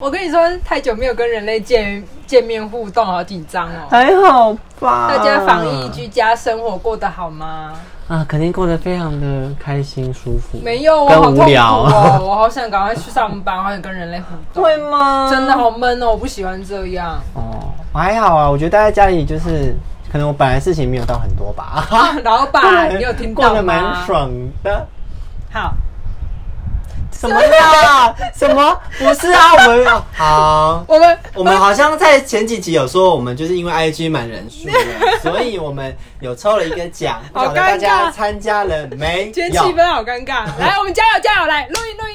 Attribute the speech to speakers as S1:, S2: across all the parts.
S1: 我跟你说，太久没有跟人类见见面互动，好紧张
S2: 啊
S1: 哦。
S3: 还好吧？
S1: 大家防疫居家生活过得好吗？
S2: 啊，肯定过得非常的开心舒服，
S1: 没有，我
S2: 跟
S1: 好痛苦
S2: 无
S1: 哦
S2: 聊，，
S1: 我好想赶快去上班，好想跟人类互动。
S3: 会
S2: 啊
S3: 吗？
S1: 真的好闷哦，我不喜欢这样。
S2: 哦，还好啊，我觉得待在家里就是，可能我本来事情没有到很 多吧，
S1: 老板，啊你有听
S2: 过
S1: 到
S2: 得
S1: 吗？
S2: 啊蛮爽 的。
S1: 好，
S2: 什么啦？什么？不是啊，我们好，
S1: 我们
S2: 我们好像在前几集有说，我们就是因为 IG 满人数了，所以我们有抽了一个奖，不
S1: 好
S2: 晓得大
S1: 尴
S2: 家
S1: 尬
S2: 参加了没
S1: 今天
S2: 有
S1: 气？氛好尴 尬，来，我们加油加油，来录音录音，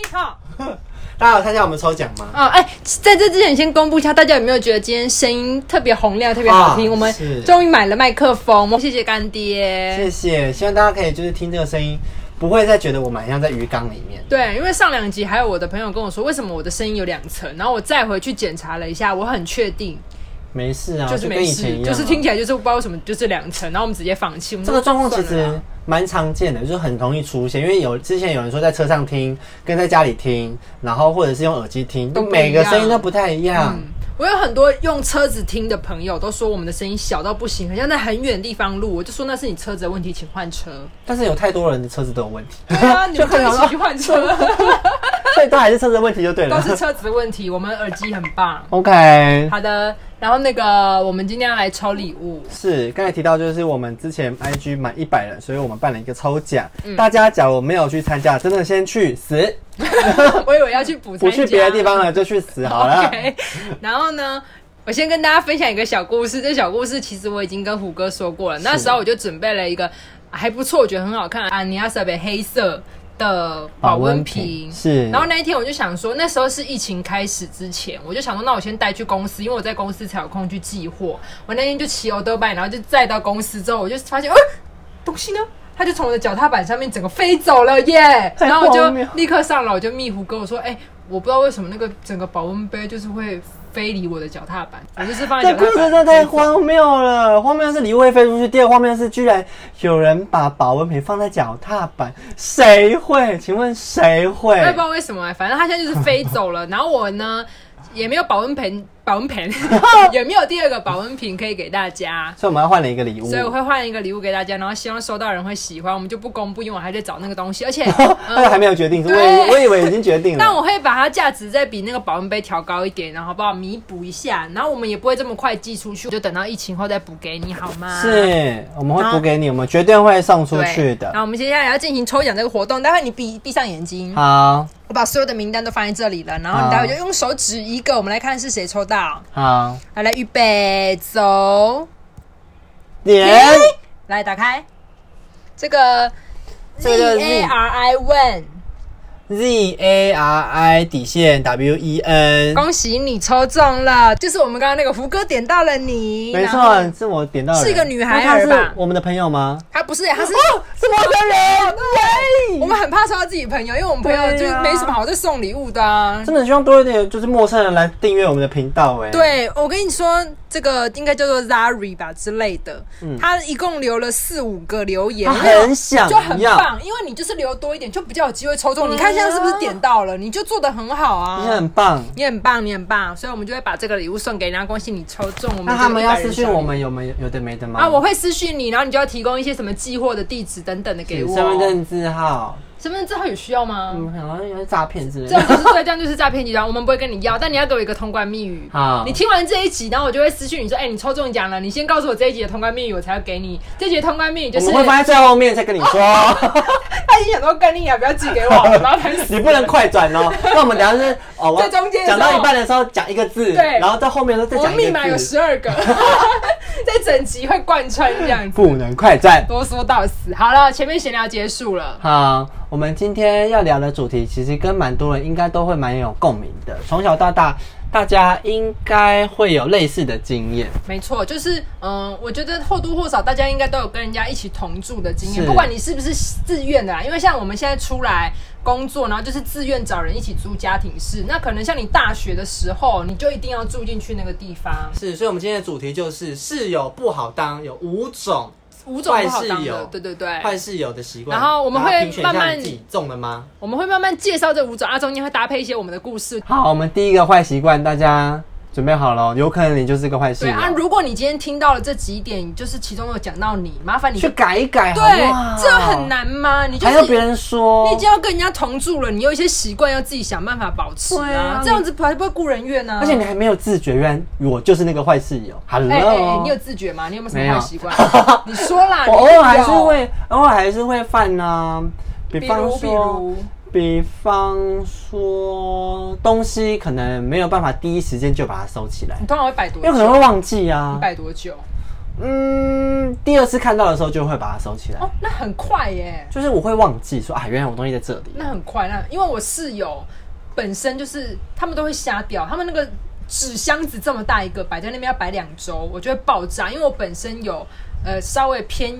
S1: 好。
S2: 大家有参加我们抽奖吗？
S1: 啊，哎、在这之前先公布一下，大家有没有觉得今天声音特别洪亮、特别好听？
S2: 啊
S1: 我们
S2: 是
S1: 终于买了麦克风，谢谢干爹。
S2: 谢谢，希望大家可以就是听这个声音，不会再觉得我们好像在鱼缸里面。
S1: 对，因为上两集还有我的朋友跟我说，为什么我的声音有两层，然后我再回去检查了一下，我很确定
S2: 没事啊，
S1: 就是
S2: 跟
S1: 没
S2: 以前
S1: 事
S2: 一，样啊、
S1: 就是听起来就是不知道为什么就是两层，然后我们直接放弃。我们
S2: 这
S1: 说
S2: 个状况其
S1: 算了
S2: 实
S1: 啦
S2: 蛮常见的，就是很容易出现。因为有之前有人说在车上听，跟在家里听，然后或者是用耳机听，
S1: 都不一样嗯
S2: 每个声音都不太一样。
S1: 我有很多用车子听的朋友都说我们的声音小到不行，很像在很远的地方录。我就说那是你车子的问题，请换 车。
S2: 但是有太多人的车子都有 问题，
S1: 对啊，你们就
S2: 很
S1: 一
S2: 好
S1: 起去换车，
S2: 所以都还是车子的问题就对
S1: 都
S2: 了。
S1: 是车子的问题。我们耳机很棒。
S2: OK，
S1: 好的，然后那个我们今天要来抽礼物，
S2: 是刚才提到就是我们之前 IG 满一百人，所以我们办了一个抽奖。
S1: 嗯
S2: 大家假如没有去参加，真的先去死，
S1: 我以为要去补
S2: 不
S1: 参加
S2: 去别的地方了就去死好了。
S1: OK，然后呢，我先跟大家分享一个小故事。这小故事其实我已经跟胡哥说过了，那时候我就准备了一个还不错，我觉得很好看啊，尼亚莎贝黑色的保温瓶。
S2: 是，
S1: 然后那一天我就想说，那时候是疫情开始之前，我就想说，那我先带去公司，因为我在公司才有空去寄货。我那天就骑欧德拜，然后就载到公司之后，我就发现，呃、东西呢？它就从我的脚踏板上面整个飞走了耶！
S3: 太
S1: 然后我就
S3: 荒谬
S1: 立刻上楼，我就密胡哥我说，哎、我不知道为什么那个整个保温杯就是会飞离我的脚踏板，我就是放在
S2: 这
S1: 脚
S2: 故事
S1: 踏
S2: 真
S1: 板。
S2: 的太荒谬了！荒谬的是礼物会飞出去，第二个荒谬的是居然有人把保温瓶放在脚踏板，谁会？请问谁会
S1: 哎我？也不知道为什么、反正它现在就是飞走了。然后我呢， 也没有保温盆，保温盆也没有第二个保温瓶可以给大家。
S2: 所以我们要换了一个礼物
S1: 所以。 我会换一个礼物给大家，然后希望收到人会喜欢。我们就不公布，因为我还在找那个东西，而且，呃
S2: 大家还没有决定，我
S1: 嗯
S2: 以
S1: 对
S2: 我以为已经决定
S1: 但
S2: 了。
S1: 我会把它价值再比那个保温杯调高一点，然后帮我弥补一下。然后我们也不会这么快寄出去，就等到疫情后再补给你好吗？。
S2: 是，我们会补给你，我们绝对会送出去
S1: 对，那
S2: 的。
S1: 我们接下来要进行抽奖这个活动，待会你闭闭上眼睛，
S2: 好
S1: 我把所有的名单都放在这里了，然后你待会就用手指一个，我们来看是谁抽到。
S2: 好，
S1: 好，来预备，走，
S2: 点
S1: 来打开这个
S2: 这
S1: Z
S2: 个
S1: A R I Win。
S2: Z A R I 底线 W E N，
S1: 恭喜你抽中了，就是我们刚刚那个胡歌点到了你，
S2: 没
S1: 然后
S2: 错，是我点到的人
S1: 是一个女孩
S2: 那她
S1: 儿吧
S2: 是我们的朋友吗？
S1: 他不是，他是、
S2: 是我的人，喂
S1: 我们很怕抽到自己朋友，因为我们朋友就
S2: 对啊
S1: 没什么好在送礼物的、啊。
S2: 真的希望多一点就是陌生人来订阅我们的频道哎、，
S1: 对，我跟你说，这个应该叫做 Zari 吧之类的，他一共留了四五个留言，
S2: 他嗯啊很想
S1: 就很
S2: 要，
S1: 棒，因为你就是留多一点，就比较有机会抽中。你看现在是不是点到了？你就做的很好
S2: 嗯你
S1: 啊，
S2: 很棒。
S1: 你很棒，你很棒，所以我们就会把这个礼物送给你，然后恭喜你抽中。我们
S2: 那他们
S1: 这个
S2: 要
S1: 100人
S2: 私讯
S1: 小礼
S2: 我
S1: 物
S2: 们有没有有的没的吗？
S1: 啊，我会私讯你，然后你就要提供一些什么寄货的地址等等的给
S2: 身
S1: 我。
S2: 份证字号，
S1: 身份证号有需要吗？
S2: 嗯，好像有些诈骗之类
S1: 这样
S2: 的。
S1: 就是对，这样就是诈骗集团，我们不会跟你要，但你要给我一个通关密语。
S2: 好
S1: 你听完这一集，然后我就会私讯你说，哎、你抽中奖了，你先告诉我这一集的通关密语，我才要给你。这集的通关密语就
S2: 我
S1: 是，
S2: 们会放在最后面再跟你说，
S1: 他已经想说跟你啊，不要寄给我，然后他
S2: 你不能快转哦。那我们等一下是哦，我
S1: 在中间的时候
S2: 讲到一半的时候讲一个字，
S1: 对
S2: 然后在后面的时候
S1: 我
S2: 再
S1: 们
S2: 讲
S1: 密
S2: 一
S1: 码有
S2: 个字，
S1: 十二个， 在整集会贯穿这样子，
S2: 不能快转。
S1: 啰嗦到死。好了，前面闲聊结束了，
S2: 好，我们今天要聊的主题，其实跟蛮多人应该都会蛮有共鸣的。从小到大，大家应该会有类似的经验。
S1: 没错，就是嗯、我觉得或多或少大家应该都有跟人家一起同住的经验，
S2: 是
S1: 不管你是不是自愿的啦，因为像我们现在出来工作，然后就是自愿找人一起租家庭室，那可能像你大学的时候，你就一定要住进去那个地方。
S2: 是，所以我们今天的主题就是室友不好当，有五种
S1: 五种不好
S2: 坏
S1: 当
S2: 事
S1: 的
S2: 有，
S1: 对对对。
S2: 坏事友的习惯。
S1: 然后我们
S2: 大家
S1: 会
S2: 评选一
S1: 慢
S2: 下
S1: 慢
S2: 你自己中了吗？
S1: 我们会慢慢介绍这五种，啊，中间会搭配一些我们的故事。
S2: 好，我们第一个坏习惯，大家准备好了，有可能你就是个坏事
S1: 对啊，
S2: 友，
S1: 如果你今天听到了这几点，就是其中有讲到你，麻烦你
S2: 去改一改，好
S1: 对
S2: 不好，
S1: 这很，难吗？你就
S2: 还
S1: 是
S2: 要别人说，
S1: 你已经要跟人家同住了，你有一些习惯要自己想办法保持
S2: 对啊
S1: 啊，这样子才不会故人怨呢、啊。
S2: 而且你还没有自觉，原来我就是那个坏室友。Hello，、
S1: 哎哎哎，你有自觉吗？你有没有什
S2: 哦没
S1: 么
S2: 有
S1: 坏习惯？ 你说啦， 啊你
S2: 我偶
S1: 一定
S2: 尔还是
S1: 有，
S2: 会，偶尔还是会犯呢、啊。比
S1: 比
S2: 方
S1: 如
S2: 说，
S1: 比如，
S2: 比方说东西可能没有办法第一时间就把它收起来，
S1: 你通常会摆多
S2: 因为可
S1: 久？
S2: 能会忘记啊
S1: 你。摆多久？
S2: 嗯，第二次看到的时候就会把它收起来，
S1: 哦，那很快耶，
S2: 就是我会忘记说啊，原来我东西在这里。
S1: 那很快。那因为我室友本身就是他们都会瞎掉，他们那个纸箱子这么大一个，摆在那边要摆两周，我就会爆炸。因为我本身有呃稍微偏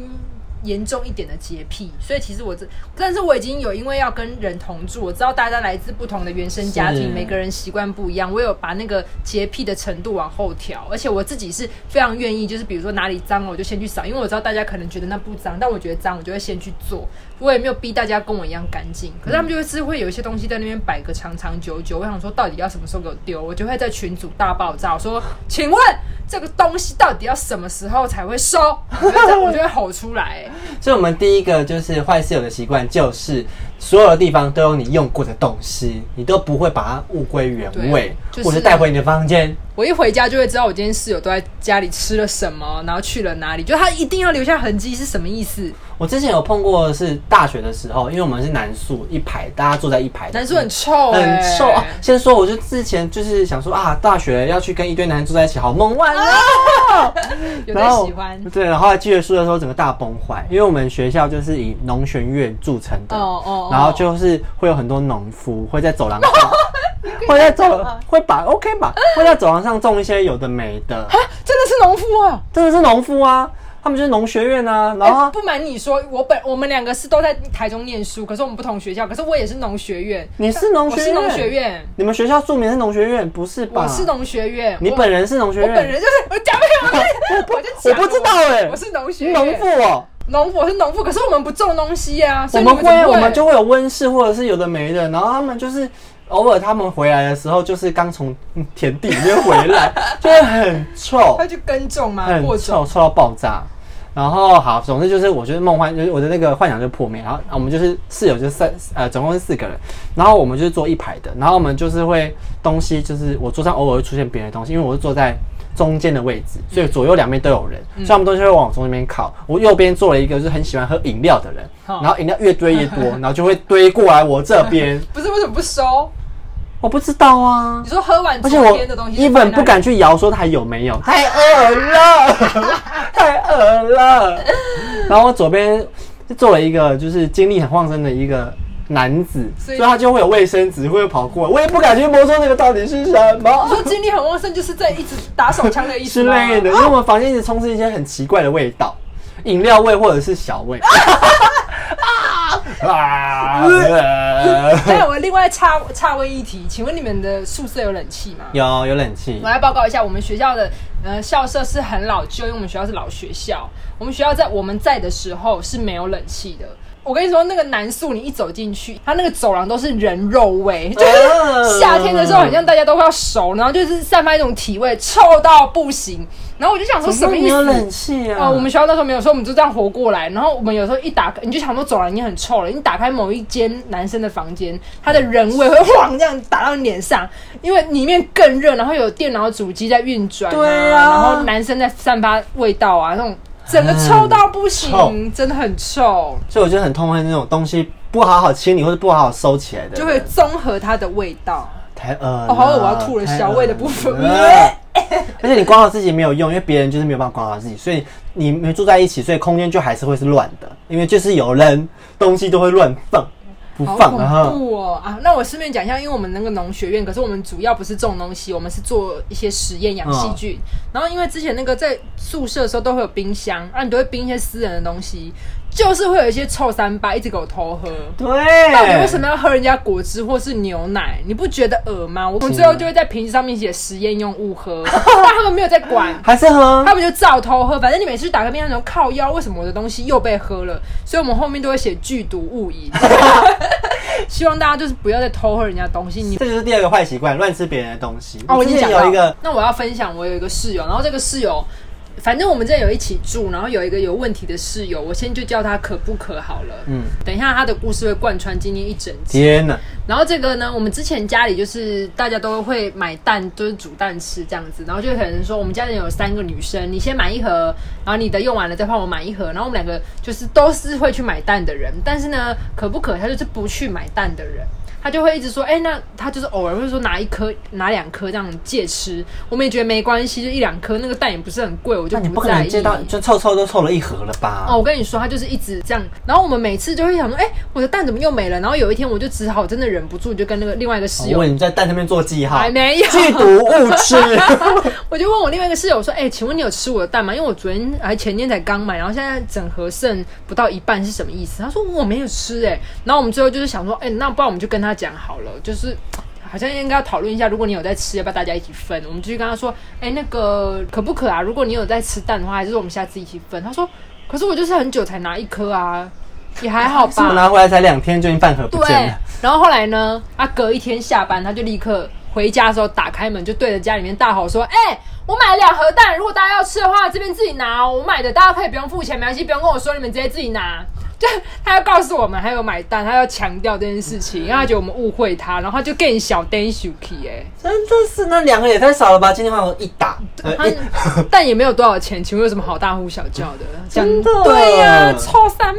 S1: 严重一点的洁癖，所以其实我这，但是我已经有因为要跟人同住，我知道大家来自不同的原生家
S2: 是
S1: 庭，每个人习惯不一样，我有把那个洁癖的程度往后调，而且我自己是非常愿意，就是比如说哪里脏了我就先去扫，因为我知道大家可能觉得那不脏，但我觉得脏，我就会先去做，我也没有逼大家跟我一样干净，可是他们就是会有一些东西在那边摆个长长久久，我想说到底要什么时候给我丢，我就会在群组大爆炸，我说请问这个东西到底要什么时候才会收？我就会这样我就会吼出来、欸
S2: 所以我们第一个就是坏室友的习惯，就是所有的地方都有你用过的东西，你都不会把它物归原位，
S1: 对就是
S2: 或者带回你的房间。
S1: 我一回家就会知道我今天室友都在家里吃了什么，然后去了哪里，就他一定要留下痕迹是什么意思？
S2: 我之前有碰过，是大学的时候，因为我们是男宿一排，大家坐在一排，
S1: 男生很臭、欸，
S2: 很臭啊！先说，我就之前就是想说啊，大学要去跟一堆男生住在一起，好梦幻啊！
S1: 有在喜欢
S2: 然后。对，然后后来寄了书的时候，整个大崩坏，因为我们学校就是以农学院著称的，
S1: 哦哦哦
S2: 然后就是会有很多农夫会在走廊上， 会在走会把 OK 吧，会在走廊上种一些有的没 的，
S1: 啊，真的是农夫啊！
S2: 真的是农夫啊，他们就是农学院啊，然后
S1: 哎不瞒你说，我本我们两个是都在台中念书，可是我们不同学校，可是我也是农学院，
S2: 你是农学院
S1: 我是农学院，
S2: 你们学校著名是农学院，不是吧？
S1: 我是，农学院，
S2: 你
S1: 我
S2: 本人是农学
S1: 我
S2: 院，
S1: 本人就是我讲不了，我就
S2: 我
S1: 讲
S2: 不知道哎、
S1: 我是农学院，
S2: 农夫哦、
S1: 农夫，我是农夫，可是我们不种东西啊，所
S2: 我
S1: 以你
S2: 们
S1: 怎么
S2: 会，我们就会有温室，或者是有的没的。然后他们就是偶尔他们回来的时候，就是刚从嗯田地里面回来， 就会很臭
S1: 他，去耕种嘛，
S2: 很
S1: 播种。
S2: 嗯臭，臭到爆炸。然后好，总之就是，我觉得梦幻，就是我的那个幻想就破灭。然后啊我们就是室友，就是三呃，总共是四个人。然后我们就是坐一排的，然后我们就是会东西，就是我桌上偶尔会出现别人的东西，因为我是坐在中间的位置，所以左右两边都有人，所以他们东西会往我中间边靠。我右边坐了一个就是很喜欢喝饮料的人，
S1: 好
S2: 然后饮料越堆越多，然后就会堆过来我这边。
S1: 不是为什么不收？
S2: 我不知道啊
S1: 你，说喝完
S2: 而且
S1: 昨
S2: 我
S1: 天的东西就放在那
S2: even
S1: 里，
S2: 不敢去摇说它还有没有，太饿了，太饿了。然后我左边就坐了一个就是精力很旺盛的一个男子，
S1: 所
S2: 所
S1: 以
S2: 以他就会有卫生纸会跑过来，我也不敢去摸说那个到底是什
S1: 我
S2: 么
S1: 说精力很旺盛，就是在一直打手枪的意思
S2: 之
S1: 吗
S2: 类的，因为我们房间一直充斥一些很奇怪的味道，饮料味或者是小 味。啊！
S1: 还有我另外插插问一题，请问你们的宿舍有冷气吗？
S2: 有有冷气
S1: 我，来报告一下，我们学校的呃校舍是很老旧，因为我们学校是老学校。我们学校在我们在的时候是没有冷气的。我跟你说，那个南宿你一走进去，它那个走廊都是人肉味，
S2: 嗯
S1: 就是 夏天的时候，很像大家都快要熟，然后就是散发一种体味，臭到不行。然后我就想说，什么意
S2: 没有
S1: 思
S2: 冷？气啊？
S1: 啊、我们学校那时候没有说，我们就这样活过来。然后我们有时候一打开，你就想说走廊已经很臭了，你打开某一间男生的房间，他的人味会晃这样打到你脸上，因为里面更热，然后有电脑主机在运转、
S2: 对啊
S1: 啊，然后男生在散发味道啊，那种整个臭到不行，
S2: 嗯
S1: 真的很臭，
S2: 所以我就很痛恨那种东西不好好清理或者不好好收起来的人，
S1: 就会综合它的味道。
S2: 太恶了。
S1: 哦好恶我要吐了
S2: 太恶
S1: 小胃的部分
S2: 了 而且你管好自己没有用，因为别人就是没有办法管好自己，所以你们住在一起，所以空间就还是会是乱的，因为就是有人东西都会乱放，不
S1: 好
S2: 放然
S1: 恐
S2: 后
S1: 怖哦啊！那我顺便讲一下，因为我们那个农学院，可是我们主要不是种东西，我们是做一些实验
S2: 嗯
S1: 养细菌。然后因为之前那个在宿舍的时候都会有冰箱，啊，你都会冰一些私人的东西。就是会有一些臭三八一直给我偷喝。
S2: 对，
S1: 到底为什么要喝人家果汁或是牛奶？你不觉得恶吗？我们最后就会在瓶子上面写实验用勿 喝，但他们没有在管。
S2: 还是喝？
S1: 他们就照偷喝，反正你每次去打开冰箱的时候靠腰，为什么我的东西又被喝了？所以我们后面都会写剧毒勿饮， 希望大家就是不要再偷喝人家东西。你
S2: 这就是第二个坏习惯，乱吃别人的东西。
S1: 哦，我已
S2: 之
S1: 经
S2: 前
S1: 讲
S2: 有
S1: 到
S2: 一个，
S1: 那我要分享，我有一个室友，然后这个室友，反正我们这有一起住，然后有一个有问题的室友，我先就叫他可不可好了。
S2: 嗯，
S1: 等一下他的故事会贯穿今天一整集。
S2: 天哪，
S1: 然后这个呢，我们之前家里就是大家都会买蛋，就是煮蛋吃这样子。然后就可能说，我们家人有三个女生，你先买一盒，然后你的用完了再换我买一盒。然后我们两个就是都是会去买蛋的人，但是呢，可不可他就是不去买蛋的人。他就会一直说，哎、那他就是偶尔会说拿一颗、拿两颗这样借吃，我们也觉得没关系，就一两颗，那个蛋也不是很贵，我就
S2: 那你不可
S1: 在
S2: 能
S1: 意。
S2: 接到就臭臭都臭了一盒了吧？
S1: 哦，我跟你说，他就是一直这样。然后我们每次就会想说，哎、我的蛋怎么又没了？然后有一天我就只好真的忍不住，就跟那个另外一个室
S2: 我
S1: 友，
S2: 哦问你在蛋上面做记号
S1: 还，没有，
S2: 剧毒勿吃。
S1: 我就问我另外一个室友说，哎、请问你有吃我的蛋吗？因为我昨天还前天才刚买，然后现在整盒剩不到一半，是什么意思？他说我没有吃、哎，然后我们最后就是想说，哎、那不然我们就跟他讲好了，就是。好像应该要讨论一下，如果你有在吃，要不要大家一起分？我们就去跟他说，哎、那个可不可啊？如果你有在吃蛋的话，还是我们下次一起分。他说，可是我就是很久才拿一颗啊，也还好
S2: 是我
S1: 吧。
S2: 拿回来才两天，就已经半盒不见
S1: 对
S2: 了。，
S1: 然后后来呢，他隔一天下班，他就立刻回家的时候打开门，就对着家里面大吼说：“哎、我买了两盒蛋，如果大家要吃的话，这边自己拿哦，我买的大家可以不用付钱，没关系，不用跟我说，你们直接自己拿。” 就他要告诉我们还有买蛋，他要强调这件事情，因为他觉得我们误会他，然后他就更小 d a n s h u k i 哎、
S2: 真的是那两个也太少了吧？今天换我一打，呃 一
S1: 他蛋也没有多少钱，请问有什么好大呼小叫的？讲
S2: 真的
S1: 对呀、臭三。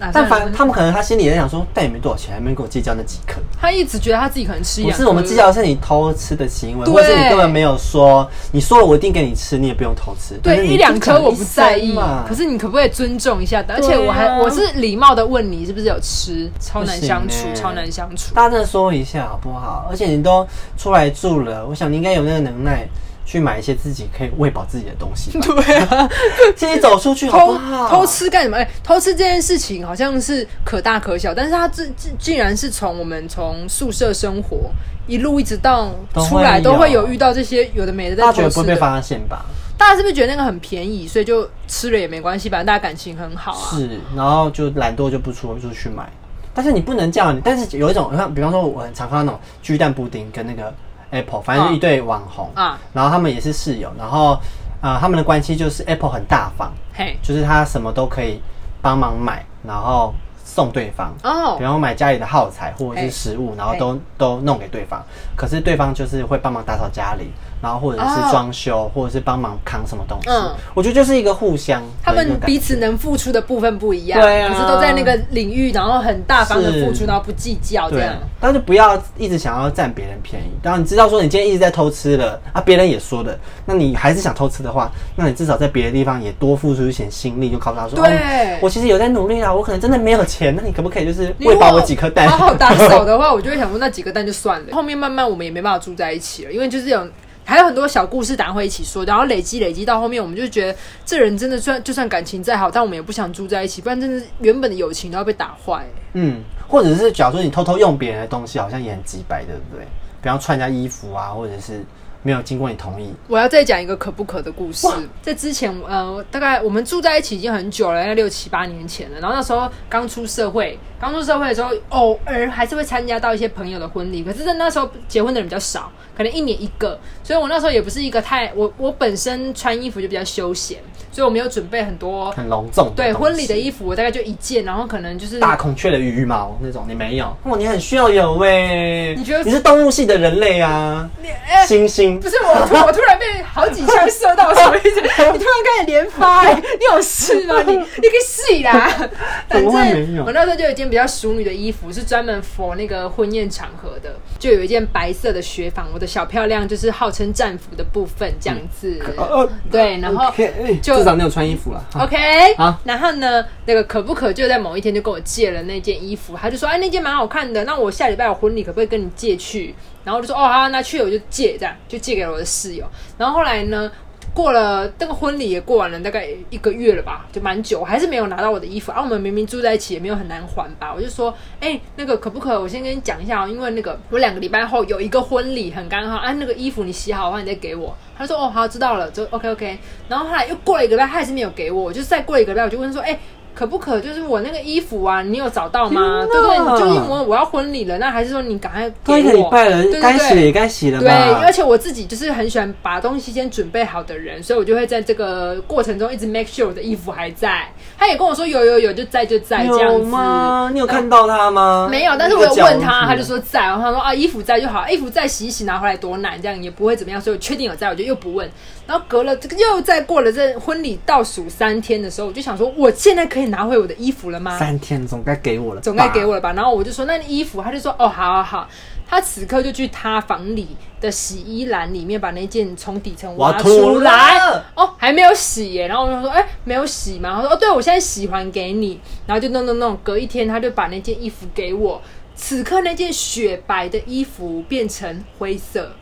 S1: 啊
S2: 但
S1: 算了
S2: 凡他们可能他心里也想说，但也没多少钱，还没跟我计较那几颗。
S1: 他一直觉得他自己可能吃一
S2: 不
S1: 两
S2: 是我们
S1: 颗
S2: 计较的是你偷吃的行为，
S1: 对
S2: 或是你根本没有说，你说了我一定给你吃，你也不用偷吃。但是
S1: 对，
S2: 你
S1: 一两颗我不在
S2: 就
S1: 意
S2: 讲一声嘛，
S1: 可是你可不可以尊重一下？而且我还、
S2: 对啊
S1: 我是礼貌的问你是不是有吃，超难相处，
S2: 不行欸
S1: 超难相处。
S2: 大家真的说一下好不好？而且你都出来住了，我想你应该有那个能耐去买一些自己可以喂饱自己的东西吧，
S1: 对啊，
S2: 自己走出去好不
S1: 偷
S2: 好？
S1: 偷吃干什么？哎、偷吃这件事情好像是可大可小，但是它这这竟然是从我们从宿舍生活一路一直到
S2: 都会
S1: 出来都会有
S2: 有
S1: 遇到这些有的没的在
S2: 大家
S1: 偷
S2: 觉得
S1: 吃
S2: 不会被
S1: 的。
S2: 发现吧？
S1: 大家是不是觉得那个很便宜，所以就吃了也没关系，反正大家感情很好啊。
S2: 是，然后就懒惰就不出就去买。但是你不能这样，但是有一种像比方说我很常看到那种巨蛋布丁跟那个 Apple，反正就一对网红
S1: 啊
S2: 然后他们也是室友，然后呃他们的关系就是 Apple 很大方，
S1: 嘿，
S2: 就是他什么都可以帮忙买，然后送对方。
S1: 哦哎
S2: 比，方买家里的耗材或者
S1: 嘿
S2: 是食物，然后都都弄给对方，可是对方就是会帮忙打扫家里，然后或者是
S1: 哦
S2: 装修，或者是帮忙扛什么东西
S1: 嗯。
S2: 我觉得就是一个互相的一个
S1: 他
S2: 感觉，
S1: 们彼此能付出的部分不一样，
S2: 对啊
S1: 可是都在那个领域，然后很大方的付出，
S2: 是
S1: 然后不计较这
S2: 对
S1: 样。，
S2: 但是不要一直想要占别人便宜。当你知道说你今天一直在偷吃了啊，别人也说了，那你还是想偷吃的话，那你至少在别的地方也多付出一些心力，就告诉他说，
S1: 对
S2: 哦我其实有在努力啊，我可能真的没有钱，那你可不可以就是
S1: 你
S2: 喂
S1: 如果
S2: 饱我几颗蛋？
S1: 好 好打扫的话，我就会想说那几个蛋就算了。后面慢慢我们也没办法住在一起了，因为就是有还有很多小故事，等下会一起说。然后累积累积到后面，我们就觉得这人真的算就算感情再好，但我们也不想住在一起，不然真的是原本的友情都要被打坏。
S2: 嗯，或者是假如说你偷偷用别人的东西，好像也很鸡白，对不对？比方穿人家衣服啊，或者是没有经过你同意，
S1: 我要再讲一个可不可的故事。在之前，呃，大概我们住在一起已经很久了，大概六七八年前了。然后那时候刚出社会，刚出社会的时候，偶尔还是会参加到一些朋友的婚礼。可是在那时候结婚的人比较少，可能一年一个，所以我那时候也不是一个太我我本身穿衣服就比较休闲，所以我没有准备很多
S2: 很隆重的东西。
S1: 对婚礼的衣
S2: 服，
S1: 服，我大概就一件，然后可能就是
S2: 大孔雀的羽毛那种，你没有？哦，你很需要有喂、
S1: 你觉得
S2: 你是动物系的人类啊？
S1: 哎
S2: 猩猩
S1: 不是 我突，我突然被好几枪射 到，什么意思？你突然开始连发、欸，你有事吗？你 你个戏啦！
S2: 怎
S1: 反正
S2: 么会没有
S1: 我那时候就有一件比较淑女的衣服，是专门 for 那个婚宴场合的，就有一件白色的雪纺，我的小漂亮就是号称战服的部分这样子。
S2: 哦，
S1: 对，然后
S2: OK，哎
S1: 就
S2: 至少你有穿衣服啦。
S1: OK，
S2: 好
S1: 然后呢，那个可不可就在某一天就跟我借了那件衣服，他就说，哎，那件蛮好看的，那我下礼拜有婚礼，可不可以跟你借去？然后我就说，哦，好啊，那去，我就借，这样就借给了我的室友。然后后来呢，过了这个婚礼也过完了，大概一个月了吧，就蛮久，还是没有拿到我的衣服。啊，我们明明住在一起，也没有很难还吧。我就说，哎、那个可不可，我先跟你讲一下哦，因为那个我两个礼拜后有一个婚礼，很刚好啊，那个衣服你洗好的话，你再给我。他说，哦，好，知道了，就 OK OK。然后后来又过了一个礼拜，他还是没有给我。我就再过了一个礼拜，我就问说，哎、可不可就是我那个衣服啊，你有找到吗？对
S2: 天
S1: 不对？
S2: 哪
S1: 你就因为我要婚礼了，那还是说你赶快给
S2: 都
S1: 我？
S2: 一个礼拜
S1: 对
S2: 了，
S1: 对
S2: 该
S1: 对
S2: 洗的也该洗了
S1: 对，而
S2: 吧？
S1: 且我自己就是很喜欢把东西先准备好的人，所以我就会在这个过程中一直 make sure 我的衣服还在。他也跟我说有有有，就在就在这样
S2: 有
S1: 子。呃
S2: 吗？你有看到他吗？
S1: 没有，但是我有
S2: 那个
S1: 问
S2: 饺子
S1: 他，他就说在，然后他说啊衣服在就好，衣服在洗一洗拿回来多难，这样也不会怎么样，所以我确定有在，我就又不问。然后隔了这个又再过了这婚礼倒数三天的时候，我就想说我现在可以拿回我的衣服了吗？
S2: 三天总该给我了吧，
S1: 总该给我了吧？然后我就说那你衣服，他就说哦，好好好。他此刻就去他房里的洗衣篮里面把那件从底层
S2: 我
S1: 挖
S2: 要
S1: 出
S2: 吐
S1: 来，
S2: 了。
S1: 哦，还没有洗耶。然后我就说，哎、没有洗嘛。他说，哦，对，我现在洗还给你。然后就弄弄弄，隔一天他就把那件衣服给我。此刻那件雪白的衣服变成灰色，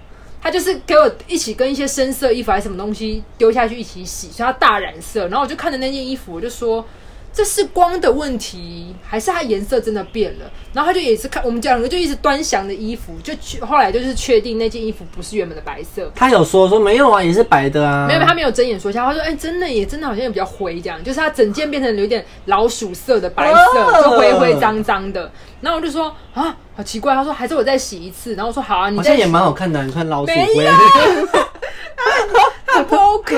S1: 他就是给我一起跟一些深色衣服还是什么东西丢下去一起洗，所以它大染色。然后我就看着那件衣服，我就说。这是光的问题，还是它颜色真的变了？然后他就也是看我们两个就一直端详的衣服，就去后来就是确定那件衣服不是原本的白色，
S2: 他有说说没有啊，也是白的啊。
S1: 没有，他没有睁眼说瞎话，他说：“哎、真的也真的好像有比较灰这样，就是它整件变成有点老鼠色的白色，
S2: 哦
S1: 就灰灰脏脏的。”然后我就说：“啊，好奇怪。”他说：“还是我再洗一次。”然后我说：“好啊，你
S2: 好
S1: 再
S2: 像
S1: 洗
S2: 也蛮好看的，你穿老鼠
S1: 没
S2: 灰。
S1: 很不 OK。”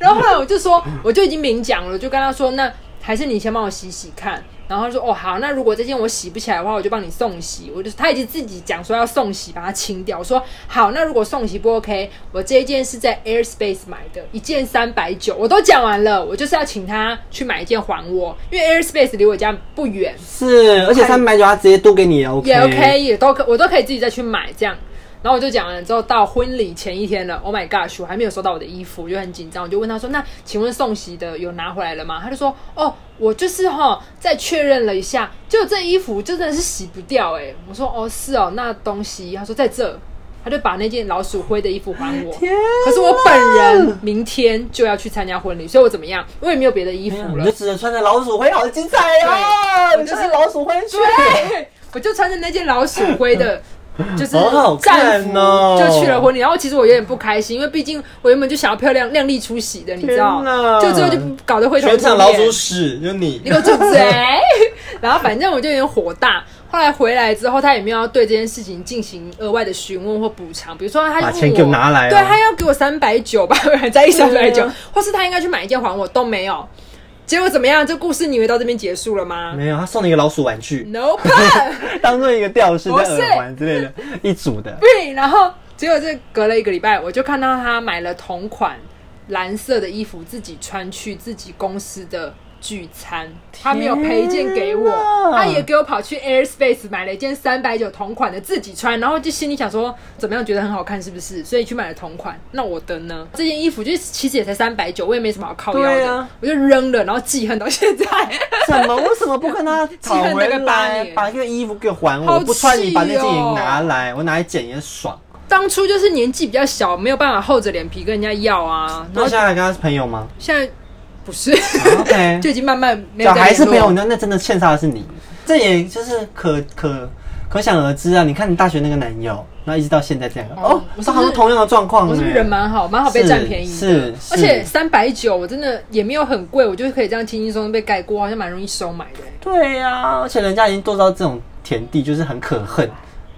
S1: 然后后来我就说：“我就已经明讲了，我就跟他说：‘那还是你先帮我洗洗看。’然后他说：‘哦，好，那如果这件我洗不起来的话，我就帮你送洗。’我就他已经自己讲说要送洗，把它清掉。我说：‘好，那如果送洗不 OK，我这一件是在 Airspace 买的，一件三百九，我都讲完了，我就是要请他去买一件还我，因为 Airspace 离我家不远，
S2: 是，而且三百九他直接都给你，OK，
S1: 也 OK，也都可，我都可以自己再去买这样。然后我就讲完了之后，到婚礼前一天了，Oh my gosh，我还没有收到我的衣服，我就很紧张，我就问他说：“那请问送洗的有拿回来了吗？”他就说：“哦，我就是哈、再确认了一下，就这衣服真的是洗不掉哎、欸我说：“哦，是哦，那东西。”他说：“在这。”他就把那件老鼠灰的衣服还我。
S2: 天
S1: 可是我本人明天就要去参加婚礼，所以我怎么样？我也没有别的衣服
S2: 我
S1: 了
S2: 们就。只能穿着老鼠灰，好精彩哦！
S1: 对
S2: 你就是老鼠灰去，
S1: 对，我就穿着那件老鼠灰 的，就是
S2: 好好
S1: 战
S2: 看
S1: 服
S2: 哦
S1: 就去了婚礼。然后其实我有点不开心，因为毕竟我原本就想要漂亮亮丽出席的，你知道
S2: 天，哪
S1: 就最后就搞得灰头
S2: 全
S1: 土
S2: 场老
S1: 脸
S2: 鼠。屎，就你
S1: 你给。我住嘴！ 然后反正我就有点火大。后来回来之后，他也没有要对这件事情进行额外的询问或补偿，比如说他就
S2: 把
S1: 问
S2: 钱给我拿来哦
S1: 对他要给我三百九吧，我还在意三百
S2: 对
S1: 九
S2: 啊，
S1: 或是他应该去买一件还我，都没有。结果怎么样？这故事你以为到这边结束了吗
S2: 没有，他送你一个老鼠玩具，
S1: ？No plan。
S2: 当做一个吊饰
S1: 不
S2: 在
S1: 是
S2: 耳环之类的，一组的。
S1: 对，然后结果这隔了一个礼拜，我就看到他买了同款蓝色的衣服，自己穿去自己公司的聚餐，他没有赔一件给我
S2: 天，哪
S1: 他也给我跑去 Airspace 买了一件三百九同款的自己穿，然后就心里想说怎么样觉得很好看是不是？所以去买了同款，那我的呢？这件衣服就是其实也才三百九，我也没什么好靠腰
S2: 对
S1: 的，
S2: 啊
S1: 我就扔了，然后记恨到现在。
S2: 怎么？为什么不跟他讨
S1: 恨大
S2: 回
S1: 概八
S2: 来？
S1: 年
S2: 把那个衣服给我还我，
S1: 好
S2: 我不穿你把那
S1: 气
S2: 件也
S1: 哦
S2: 拿来，我拿来捡也爽。
S1: 当初就是年纪比较小，没有办法厚着脸皮跟人家要啊，然
S2: 那
S1: 后
S2: 现在还跟他是朋友吗
S1: 现在不是。
S2: ？OK，
S1: 就已经慢慢没有
S2: 小
S1: 再
S2: 孩是朋
S1: 联
S2: 友，
S1: 络。
S2: 那那真的欠杀的是你。这也就是可可可想而知啊！你看你大学那个男友，然后一直到现在这样，
S1: 哦
S2: 哦，
S1: 我是不是
S2: 这好像同样的状况、欸。
S1: 我是不是人蛮好，蛮好被占便宜的？
S2: 是是
S1: 而且三百九我真的也没有很贵，我就可以这样轻轻松松被盖过，好像蛮容易收买的、
S2: 对呀、而且人家已经做到这种田地，就是很可恨，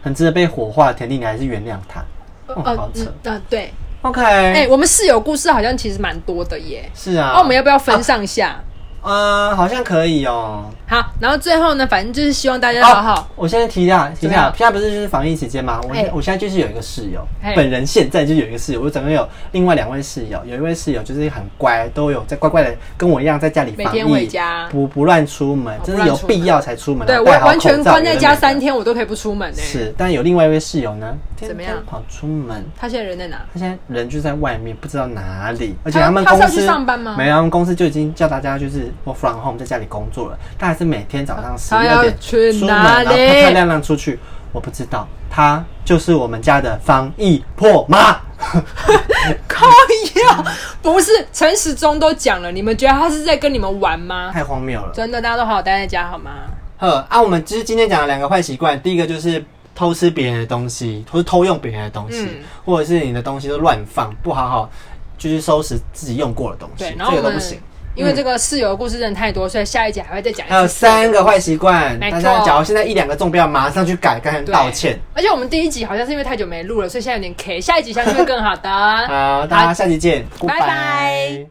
S2: 很值得被火化的田地，你还是原谅他。
S1: 呃
S2: 哦好扯
S1: 嗯呃，对，
S2: OK，、
S1: 哎、我们室友故事好像其实蛮多的耶。
S2: 是啊。
S1: 那、我们要不要分上下？
S2: 啊、好像可以哦。
S1: 好，然后最后呢，反正就是希望大家好啊好。
S2: 我现在提一下，提一
S1: 怎么
S2: 下，
S1: 样
S2: 现在不是就是防疫期间嘛？我现、
S1: 哎
S2: 我现在就是有一个室友
S1: 哎，
S2: 本人现在就有一个室友，我总共有另外两位室友，有一位室友就是很乖，都有在乖乖的跟我一样在家里
S1: 每
S2: 防
S1: 天
S2: 疫，
S1: 回家哦
S2: 不不乱出门，
S1: 不
S2: 真的
S1: 乱
S2: 有
S1: 出
S2: 必
S1: 门
S2: 要才出门啊，
S1: 对我
S2: 戴好
S1: 完全
S2: 口罩
S1: 关在家三。
S2: 有的没的
S1: 天，我都可以不出门呢、
S2: 是，但有另外一位室友呢，天
S1: 怎么
S2: 天
S1: 样
S2: 跑出门？
S1: 他现在人在哪？
S2: 他现在人就在外面，不知道哪里，而且
S1: 他
S2: 他们
S1: 他
S2: 公
S1: 是要去
S2: 司
S1: 上班吗
S2: 没有，他们公司就已经叫大家就是 work from home，在家里工作了。但还是每天早上十
S1: 哦他要
S2: 二点
S1: 去
S2: 出门，
S1: 哪
S2: 然后漂
S1: 里
S2: 漂亮亮出去。我不知道，他就是我们家的防疫破妈。
S1: 靠呀！
S2: 嗯
S1: 不是，陈时中都讲了，你们觉得他是在跟你们玩吗？
S2: 太荒谬了。
S1: 真的，大家都好好待在家好吗？
S2: 呵，啊，我们就是今天讲了两个坏习惯，第一个就是偷吃别人的东西，或是偷用别人的东西，
S1: 嗯
S2: 或者是你的东西都乱放，不好好就是收拾自己用过的东西
S1: 对，然后
S2: 这个
S1: 我
S2: 都
S1: 们
S2: 不行。
S1: 因为这个室友的故事真的太多，所以下一集还会再讲一次。
S2: 还有三个坏习惯，
S1: 没
S2: 大
S1: 错
S2: 家假如现在一两个中标，马上去改，跟人
S1: 对
S2: 道歉。
S1: 而且我们第一集好像是因为太久 没录了，所以现在有点 K，下一集相信会更好的。
S2: 好，大家下期见，
S1: 拜拜